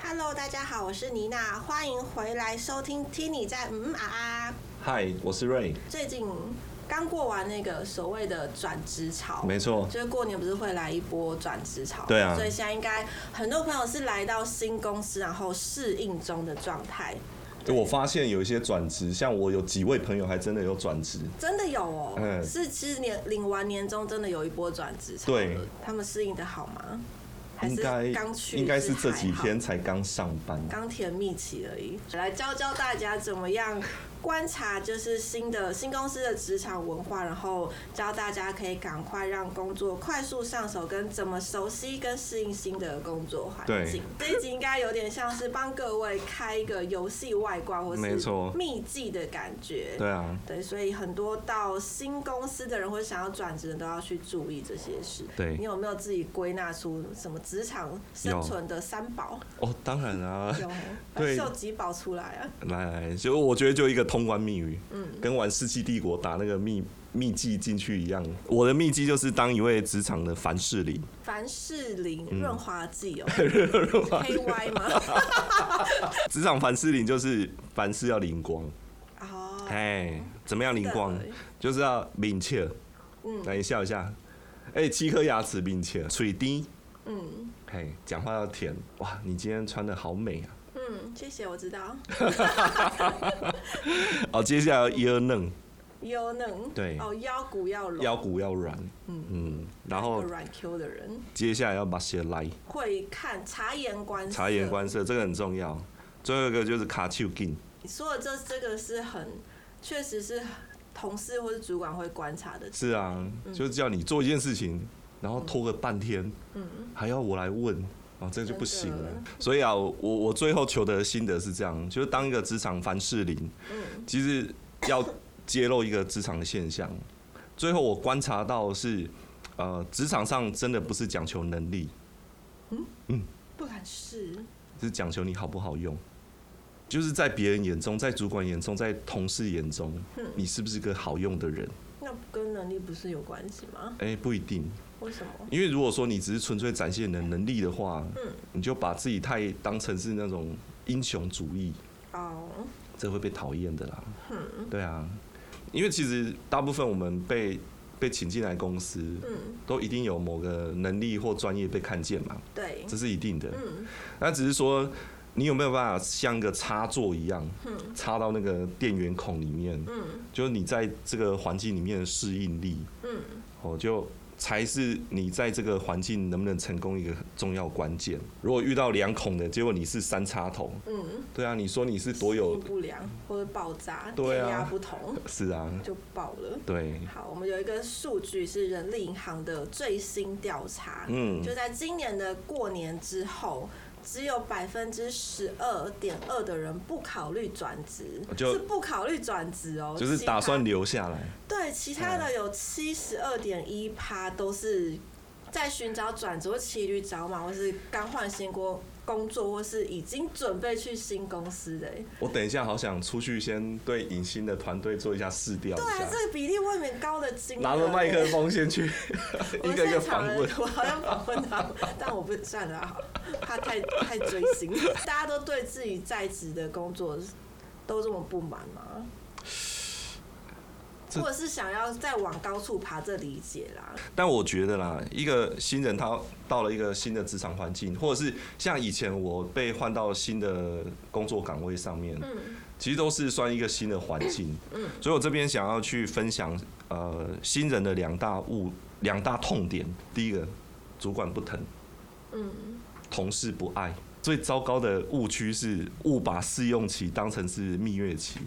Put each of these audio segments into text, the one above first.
Hello，大家好，我是妮娜，欢迎回来收听《听你在嗯啊啊嗨，我是 Ray，》。最近刚过完那个所谓的转职潮，没错，就是过年不是会来一波转职潮，对啊所以现在应该很多朋友是来到新公司，然后适应中的状态，我发现有一些转职，像我有几位朋友还真的有转职，真的有哦、嗯是其实年领完年终真的有一波转职潮，对，他们适应的好吗？还应是该刚去应该是是这几还好天才刚上班。刚甜蜜期而已。来教教大家怎么样观察，就是新的新公司的职场文化，然后教大家可以赶快让工作快速上手，跟怎么熟悉跟适应新的工作环境。这一集应该有点像是帮各位开一个游戏外挂或没是错秘籍的感觉。对啊，对，所以很多到新公司的人或者想要转职的都要去注意这些事。对你有没有自己归纳出什么职场生有存的三宝？哦，当然啊， 有，对秀吉宝出来啊！来来，就我觉得就一个通关密语，嗯，跟玩《世纪帝国》打那个秘秘籍进去一样。我的秘籍就是当一位职场的凡士林，凡士林嗯润滑剂 哦，KY 吗？职场凡士林就是凡事要灵光，哦，哎，怎么样灵真的光？就是要明确，嗯来你笑一下，哎、七颗牙齿明确，嘴低，嗯嘿，讲话要甜，哇，你今天穿的好美啊！嗯，谢谢，我知道。哦，接下来腰嫩，嗯腰嫩，对哦，腰骨要软，腰骨要软，嗯嗯，然要后软 Q 的人接下来要把些来，会看察言观色察言。观色，这个很重要。最后一个就是卡丘劲，你说的这这个是很，确实是同事或是主管会观察的。是啊，就是叫你做一件事情，然后拖个半天，嗯，还要我来问啊，这就不行真了的。所以啊，我我最后求得的心得是这样，就是当一个职场凡士林，嗯其实要揭露一个职场的现象。最后我观察到是，呃，职场上真的不是讲求能力，不敢试。是讲求你好不好用。就是在别人眼中，在主管眼中，在同事眼中，你是不是个好用的人？那跟能力不是有关系吗？哎、不一定。为什么？因为如果说你只是纯粹展现你的能力的话，嗯你就把自己太当成是那种英雄主义，哦，这会被讨厌的啦。嗯对啊，因为其实大部分我们被被请进来公司，嗯，都一定有某个能力或专业被看见嘛，对，这是一定的。嗯那只是说你有没有办法像个插座一样，插到那个电源孔里面，嗯就是你在这个环境里面的适应力，嗯。哦，就才是你在这个环境能不能成功一个很重要关键。如果遇到两孔的，结果你是三插头，嗯，对啊，你说你是多有适应不良或者爆炸，对啊电压不同是啊，就爆了。对，好，我们有一个数据是人力银行的最新调查，嗯就在今年的过年之后，只有百分之十二点二的人不考虑转职，哦就是不考虑转职哦，就是其他打算留嗯下来，对，其他的有七十二点一趴都是在寻找转职或骑驴找马，或是刚换新工工作，或是已经准备去新公司的、欸。我等一下好想出去先对影星的团队做一下试调一对啊下，，这个比例未免高的惊人。拿着麦克风 先去我一个一个现场访人问。我好像访问他们，但我不算了啊，怕太太追星。 大家都对自己在职的工作都这么不满吗？这或者是想要再往高处爬，这理解啦。但我觉得啦，一个新人他到了一个新的职场环境，或者是像以前我被换到新的工作岗位嗯上面，其实都是算一个新的环境。所以我这边想要去分享呃新人的两大误两大痛点，第一个主管不疼，嗯，同事不爱。最糟糕的误区是误把试用期当成是蜜月期。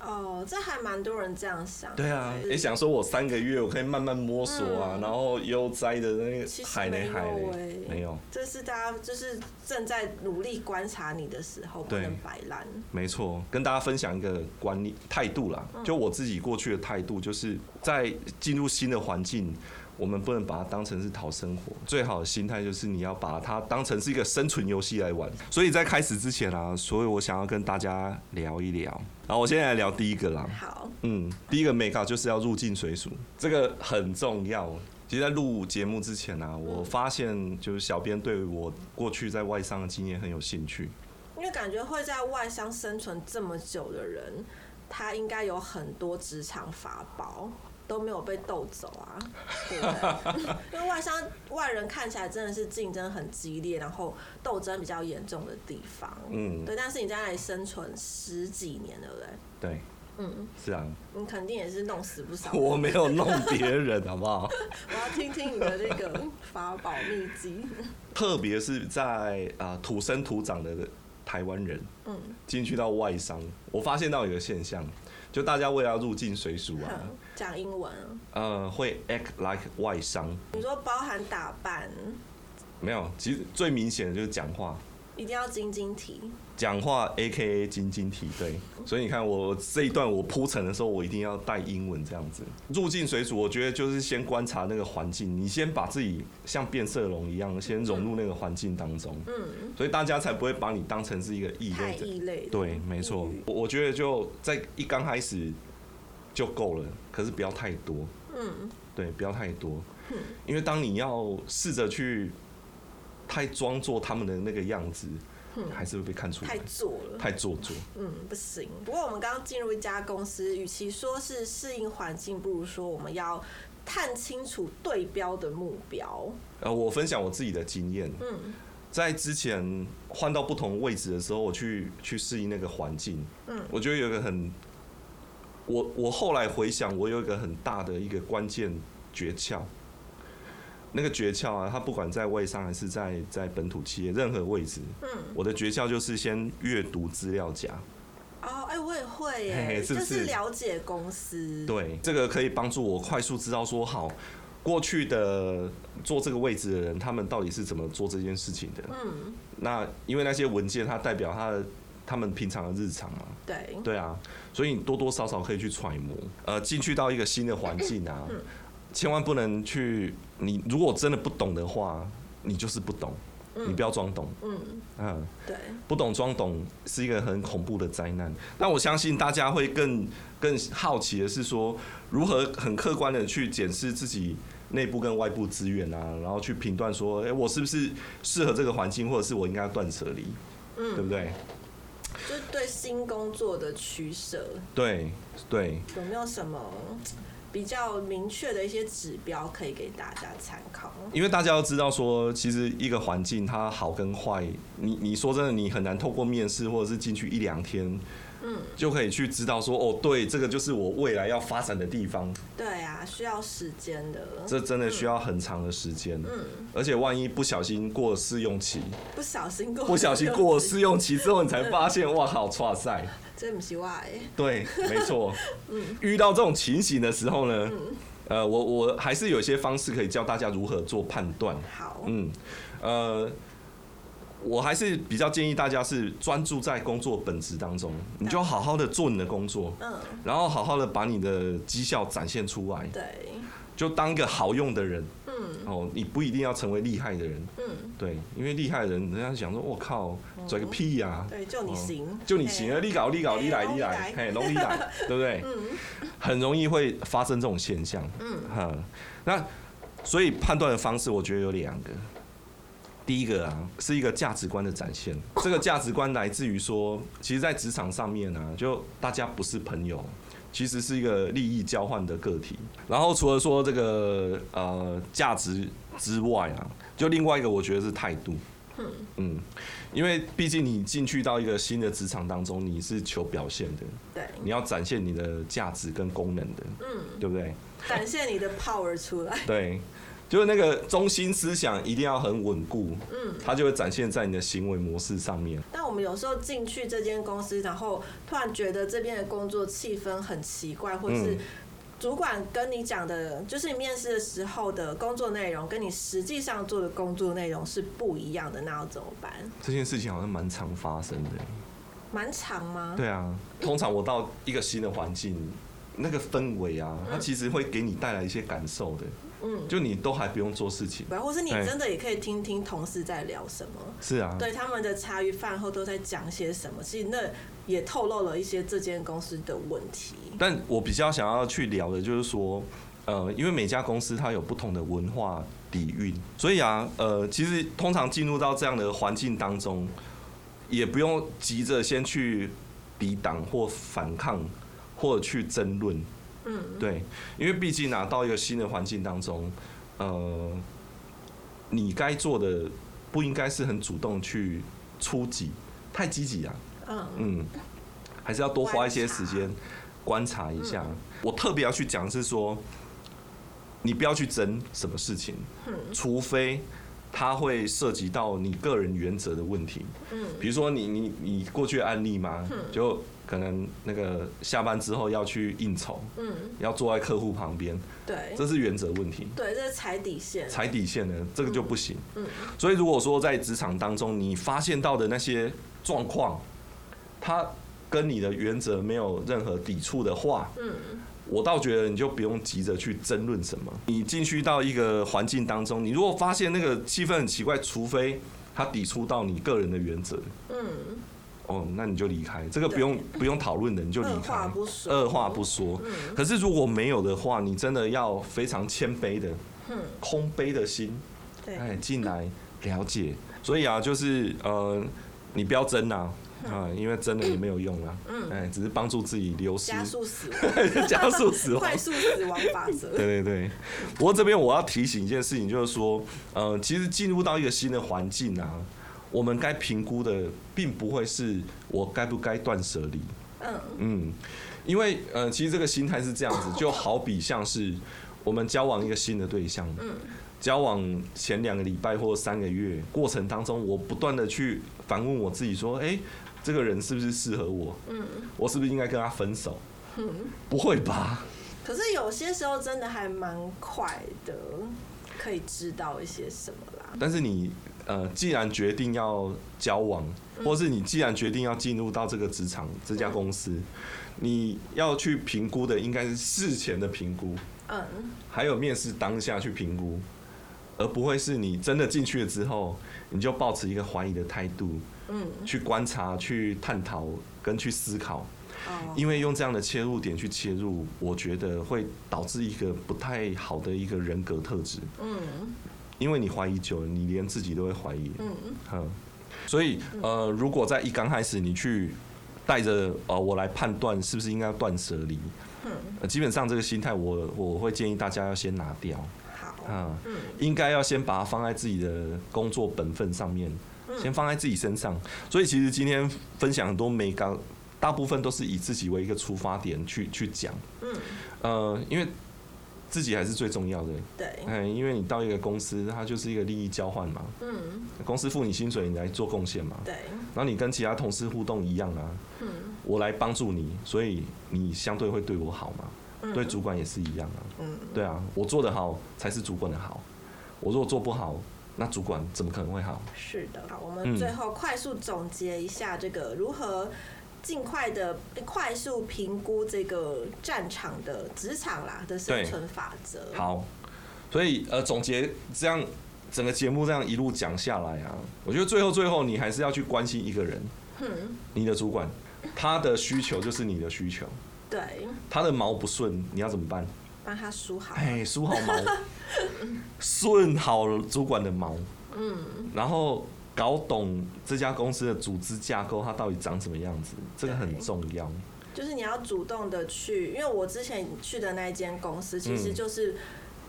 哦，这还蛮多人这样想。对啊，也、想说我三个月我可以慢慢摸索啊，嗯然后悠哉的那个其实海没嘞有海嘞欸，没有。这是大家就是正在努力观察你的时候，不对能摆烂。没错，跟大家分享一个观念态度啦，嗯就我自己过去的态度，就是在进入新的环境，我们不能把它当成是讨生活，最好的心态就是你要把它当成是一个生存游戏来玩。所以在开始之前啊，所以我想要跟大家聊一聊。然后我现在来聊第一个啦，好，嗯，第一个 mega 就是要入境随俗，这个很重要。其实，在录节目之前啊，我发现就是小编对我过去在外商的经验很有兴趣，因为感觉会在外商生存这么久的人，他应该有很多职场法宝都没有被斗走啊，对不对？ 因为外商外人看起来真的是竞争很激烈，然后斗争比较严重的地方。嗯，对，但是你在那里生存十几年，对不对？对，嗯，是啊，你肯定也是弄死不少人。我没有弄别人，好不好？ 我要听听你的那个法宝秘籍。特别是在啊、土生土长的台湾人嗯，进去到外商，我发现到有个现象，就大家为了要入境水俗啊，哼讲英文啊，呃，会 act like 外商，你说包含打扮，没有，其实最明显的就是讲话。一定要晶晶体。讲话 A K A 晶晶体，对，所以你看我这一段我铺陈的时候，我一定要带英文这样子。入境水煮，我觉得就是先观察那个环境，你先把自己像变色龙一样，先融入那个环境当中，嗯，所以大家才不会把你当成是一个异太类的。异类了。对，没错嗯，我我觉得就在一刚开始就够了，可是不要太多，嗯，对，不要太多嗯，因为当你要试着去太装作他们的那个样子，嗯还是会被看出来太。做了。太做作，嗯，不行。不过我们刚刚进入一家公司，与其说是适应环境，不如说我们要探清楚对标的目标。呃，我分享我自己的经验，嗯在之前换到不同位置的时候，我去去适应那个环境，嗯我觉得有一个很，我我后来回想，我有一个很大的一个关键诀窍，那个诀窍啊，它不管在外商还是在在本土企业任何位置，嗯。我的诀窍就是先阅读资料夹，哦，哎、我也会耶，嘿嘿是不就是是了解公司。对，这个可以帮助我快速知道说好。过去的做这个位置的人，他们到底是怎么做这件事情的？嗯，那因为那些文件，它代表他的他们平常的日常嘛，对，对啊，所以你多多少少可以去揣摩。呃，进去到一个新的环境啊，嗯千万不能去。你如果真的不懂的话，你就是不懂，你不要装懂。嗯，嗯，对，不懂装懂是一个很恐怖的灾难。但我相信大家会更更好奇的是说，如何很客观的去检视自己内部跟外部资源啊，然后去评断说，诶，我是不是适合这个环境，或者是我应该要断舍离，嗯对不对？就是对新工作的取舍，对对，有没有什么比较明确的一些指标可以给大家参考？因为大家要知道说，其实一个环境它好跟坏，你你说真的，你很难透过面试或者是进去一两天，嗯，就可以去知道说，哦，对，这个就是我未来要发展的地方，对啊，需要时间的。这真的需要很长的时间，嗯，而且万一不小心过了试用期，不小心过，不小心过了，试用期之后，你才发现，哇靠，哇塞，这不是我的。对，没错，遇到这种情形的时候呢，呃，我我还是有一些方式可以教大家如何做判断。好，嗯，呃，我还是比较建议大家是专注在工作本质当中，你就好好的做你的工作，嗯，然后好好的把你的绩效展现出来，对，就当一个好用的人嗯哦。你不一定要成为厉害的人，嗯，对，因为厉害的人人家想说，我靠，拽个屁呀、对，就你行，哦就你行啊了，嘿你搞你搞嘿你来拢你你来来，嘿，龙 你来，对不对？嗯很容易会发生这种现象。嗯哈，那所以判断的方式，我觉得有两个。第一个啊，是一个价值观的展现。这个价值观来自于说，其实，在职场上面啊，就大家不是朋友，其实是一个利益交换的个体。然后除了说这个呃价值之外啊，就另外一个我觉得是态度。嗯，因为毕竟你进去到一个新的职场当中，你是求表现的，对，你要展现你的价值跟功能的，嗯，对不对？展现你的 power 出来，对，就是那个中心思想一定要很稳固，嗯。它就会展现在你的行为模式上面。但我们有时候进去这间公司，然后突然觉得这边的工作气氛很奇怪，或是嗯主管跟你讲的，就是你面试的时候的工作内容，跟你实际上做的工作内容是不一样的，那要怎么办？这件事情好像蛮常发生的。嗯蛮长吗？对啊，通常我到一个新的环境，那个氛围啊，它其实会给你带来一些感受的。嗯，就你都还不用做事情。然后或是你哎真的也可以听听同事在聊什么，是啊，对他们的茶余饭后都在讲些什么，其实那也透露了一些这间公司的问题。但我比较想要去聊的就是说，呃，因为每家公司它有不同的文化底蕴，所以啊，呃，其实通常进入到这样的环境当中，也不用急着先去抵挡或反抗，或者去争论。嗯，对，因为毕竟拿、啊到一个新的环境当中，呃，你该做的不应该是很主动去出击，太积极啊。嗯，嗯，还是要多花一些时间观察嗯一下。我特别要去讲是说，你不要去争什么事情，除非它会涉及到你个人原则的问题。嗯，比如说你你你过去的案例嘛，就可能那个下班之后要去应酬，嗯，要坐在客户旁边，对，这是原则问题。对，这是踩底线。嗯踩底线呢，这个就不行。所以如果说在职场当中你发现到的那些状况，它跟你的原则没有任何抵触的话，嗯我倒觉得你就不用急着去争论什么。你进去到一个环境当中，你如果发现那个气氛很奇怪，除非它抵触到你个人的原则，嗯，哦，那你就离开，这个不用不用讨论的，你就离二开话。不说，嗯二话不说，可是如果没有的话，你真的要非常谦卑的、空杯的心，嗯对，哎，进来了解。所以啊，就是呃，你不要争啊，嗯啊，因为争了也没有用啊，哎，只是帮助自己流失加速死亡， 加速死亡快。速死亡法则。对对对，不过这边我要提醒一件事情，就是说，呃，其实进入到一个新的环境啊，我们该评估的并不会是我该不该断舍离，嗯嗯，因为呃，其实这个心态是这样子，就好比像是我们交往一个新的对象，交往前两个礼拜或三个月过程当中，我不断的去反问我自己说，诶，这个人是不是适合我？嗯，我是不是应该跟他分手？不会吧？可是有些时候真的还蛮快的，可以知道一些什么啦。但是你呃，既然决定要交往，或是你既然决定要进入到这个职场这家公司，你要去评估的应该是事前的评估，嗯，还有面试当下去评估，而不会是你真的进去了之后，你就抱持一个怀疑的态度，嗯，去观察、去探讨跟去思考，哦，因为用这样的切入点去切入，我觉得会导致一个不太好的一个人格特质，嗯因为你怀疑久了，你连自己都会怀疑，嗯，嗯，所以呃，如果在一刚开始你去带着呃我来判断是不是应该要断舍离，嗯呃基本上这个心态我我会建议大家要先拿掉，好，嗯啊，应该要先把它放在自己的工作本分上面，先放在自己身上。所以其实今天分享很多美感，大部分都是以自己为一个出发点去去讲。嗯，呃，因为自己还是最重要的。对，嗯，因为你到一个公司，它就是一个利益交换嘛，嗯公司付你薪水，你来做贡献嘛。对，然后你跟其他同事互动一样啊，嗯我来帮助你，所以你相对会对我好嘛。嗯对主管也是一样啊。嗯对啊，我做得好才是主管的好，我如果做不好，那主管怎么可能会好？是的。好，我们嗯最后快速总结一下这个如何。尽快的快速评估这个战场的职场啦的生对存法则。好，所以呃，总结这样整个节目这样一路讲下来啊，我觉得最后最后你还是要去关心一个人，嗯，你的主管，他的需求就是你的需求，对，他的毛不顺，你要怎么办？帮他梳好。哎，梳好毛，顺好主管的毛，嗯，然后搞懂这家公司的组织架构，它到底长什么样子，这个很对重要。就是你要主动的去，因为我之前去的那一间公司，其实就是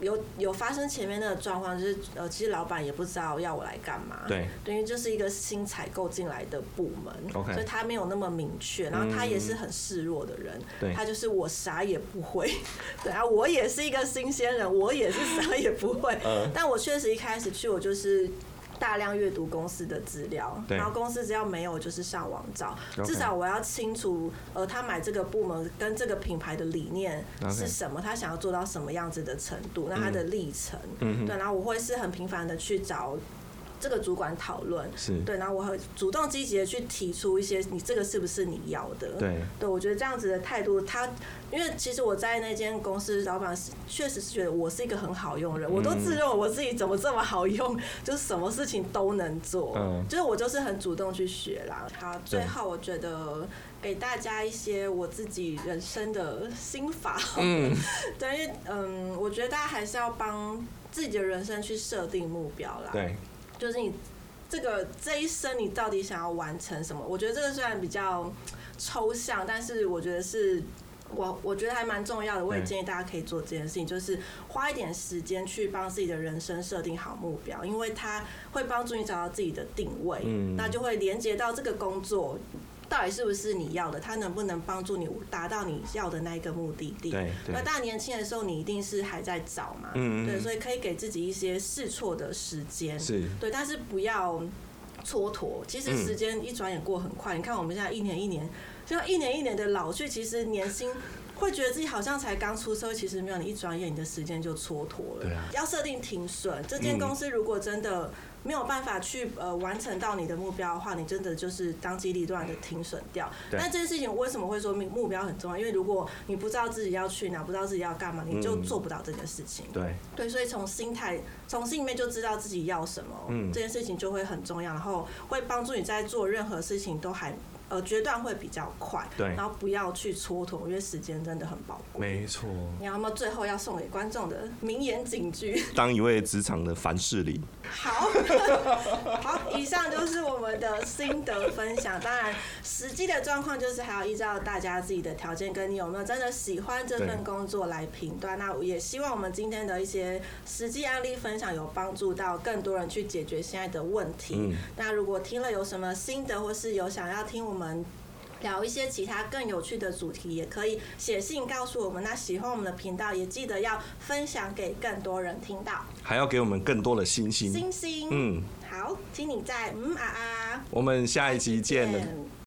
有、有发生前面那个状况，就是呃，其实老板也不知道要我来干嘛，对，等于就是一个新采购进来的部门 OK 所以他没有那么明确，然后他也是很示弱的人，嗯对他就是我啥也不会，对啊，我也是一个新鲜人，我也是啥也不会，嗯但我确实一开始去我就是。大量阅读公司的资料，对然后公司只要没有就是上网找 OK 至少我要清楚，呃，他买这个部门跟这个品牌的理念 OK 是什么他想要做到什么样子的程度，那他的历程，嗯哼对，然后我会是很频繁的去找这个主管讨论，是，对，然后我会主动积极的去提出一些你这个是不是你要的。对，我觉得这样子的态度，他因为其实我在那间公司，老板是确实是觉得我是一个很好用人，嗯我都自认为我自己怎么这么好用，就是什么事情都能做，嗯就是我就是很主动去学啦。好，最对后我觉得给大家一些我自己人生的心法， 嗯，对，因为嗯，我觉得大家还是要帮自己的人生去设定目标啦。对，就是你这个这一生你到底想要完成什么？我觉得这个虽然比较抽象，但是我觉得是。我我觉得还蛮重要的，我也对建议大家可以做这件事情，就是花一点时间去帮自己的人生设定好目标，因为它会帮助你找到自己的定位，嗯那就会连接到这个工作到底是不是你要的，它能不能帮助你达到你要的那一个目的地。对对那大家年轻的时候，你一定是还在找嘛，嗯嗯嗯对，所以可以给自己一些试错的时间，是对，但是不要蹉跎。其实嗯时间一转眼过很快，你看我们现在一年一年，像一年一年的老去，其实年薪。会觉得自己好像才刚出社会，其实没有，你一转眼你的时间就蹉跎了。对啊要设定停损，这间嗯公司如果真的没有办法去呃完成到你的目标的话，你真的就是当机立断的停损掉。对那这件事情为什么会说目目标很重要？因为如果你不知道自己要去哪，不知道自己要干嘛，你就嗯做不到这件事情。对，对，所以从心态、从心里面就知道自己要什么，嗯这件事情就会很重要，然后会帮助你在做任何事情都还呃决断会比较快，对然后不要去蹉跎，因为时间真的很宝贵。没错。你要么最后要送给观众的名言警句，当一位职场的凡士林，好 好，以上就是我们的心得分享。当然，实际的状况就是还要依照大家自己的条件，跟你有没有真的喜欢这份对工作来评断。那我也希望我们今天的一些实际案例分享，有帮助到更多人去解决现在的问题。嗯那如果听了有什么心得，或是有想要听我们。聊一些其他更有趣的主题，也可以写信告诉我们。那喜欢我们的频道，也记得要分享给更多人听到。还要给我们更多的信心。星星，嗯，好，请你在嗯啊啊，我们下一集见了。